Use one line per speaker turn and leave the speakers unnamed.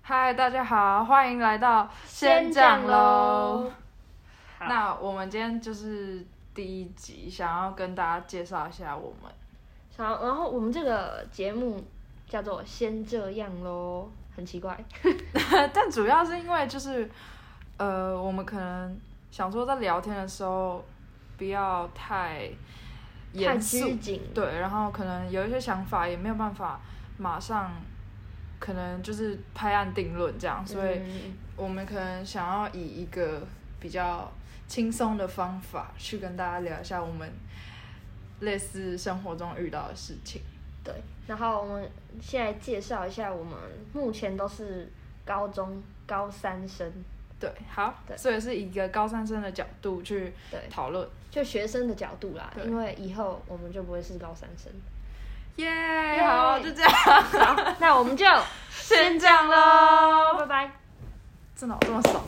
嗨，大家好，欢迎来到讲喽。
好
那我们今天就是第一集，想要跟大家介绍一下我们。
好，然后我们这个节目叫做“先这样喽”，很奇怪。
但主要是因为就是，呃，我们可能想说在聊天的时候不要太
太
严肃
拘，谨，
对，然后可能有一些想法也没有办法马上，可能就是拍案定论这样，哦所以
嗯
我们可能想要以一个比较轻松的方法去跟大家聊一下我们类似生活中遇到的事情。
对。然后我们现在介绍一下，我们目前都是高中高三生，
对，好，
对
所以是以一个高三生的角度去
对，
讨论，
就学生的角度啦，
对
因为以后我们就不会是高三 生。
耶、
耶
好，就这样，
好，那我们就
先这样喽，
拜拜。
哦真的有这么少？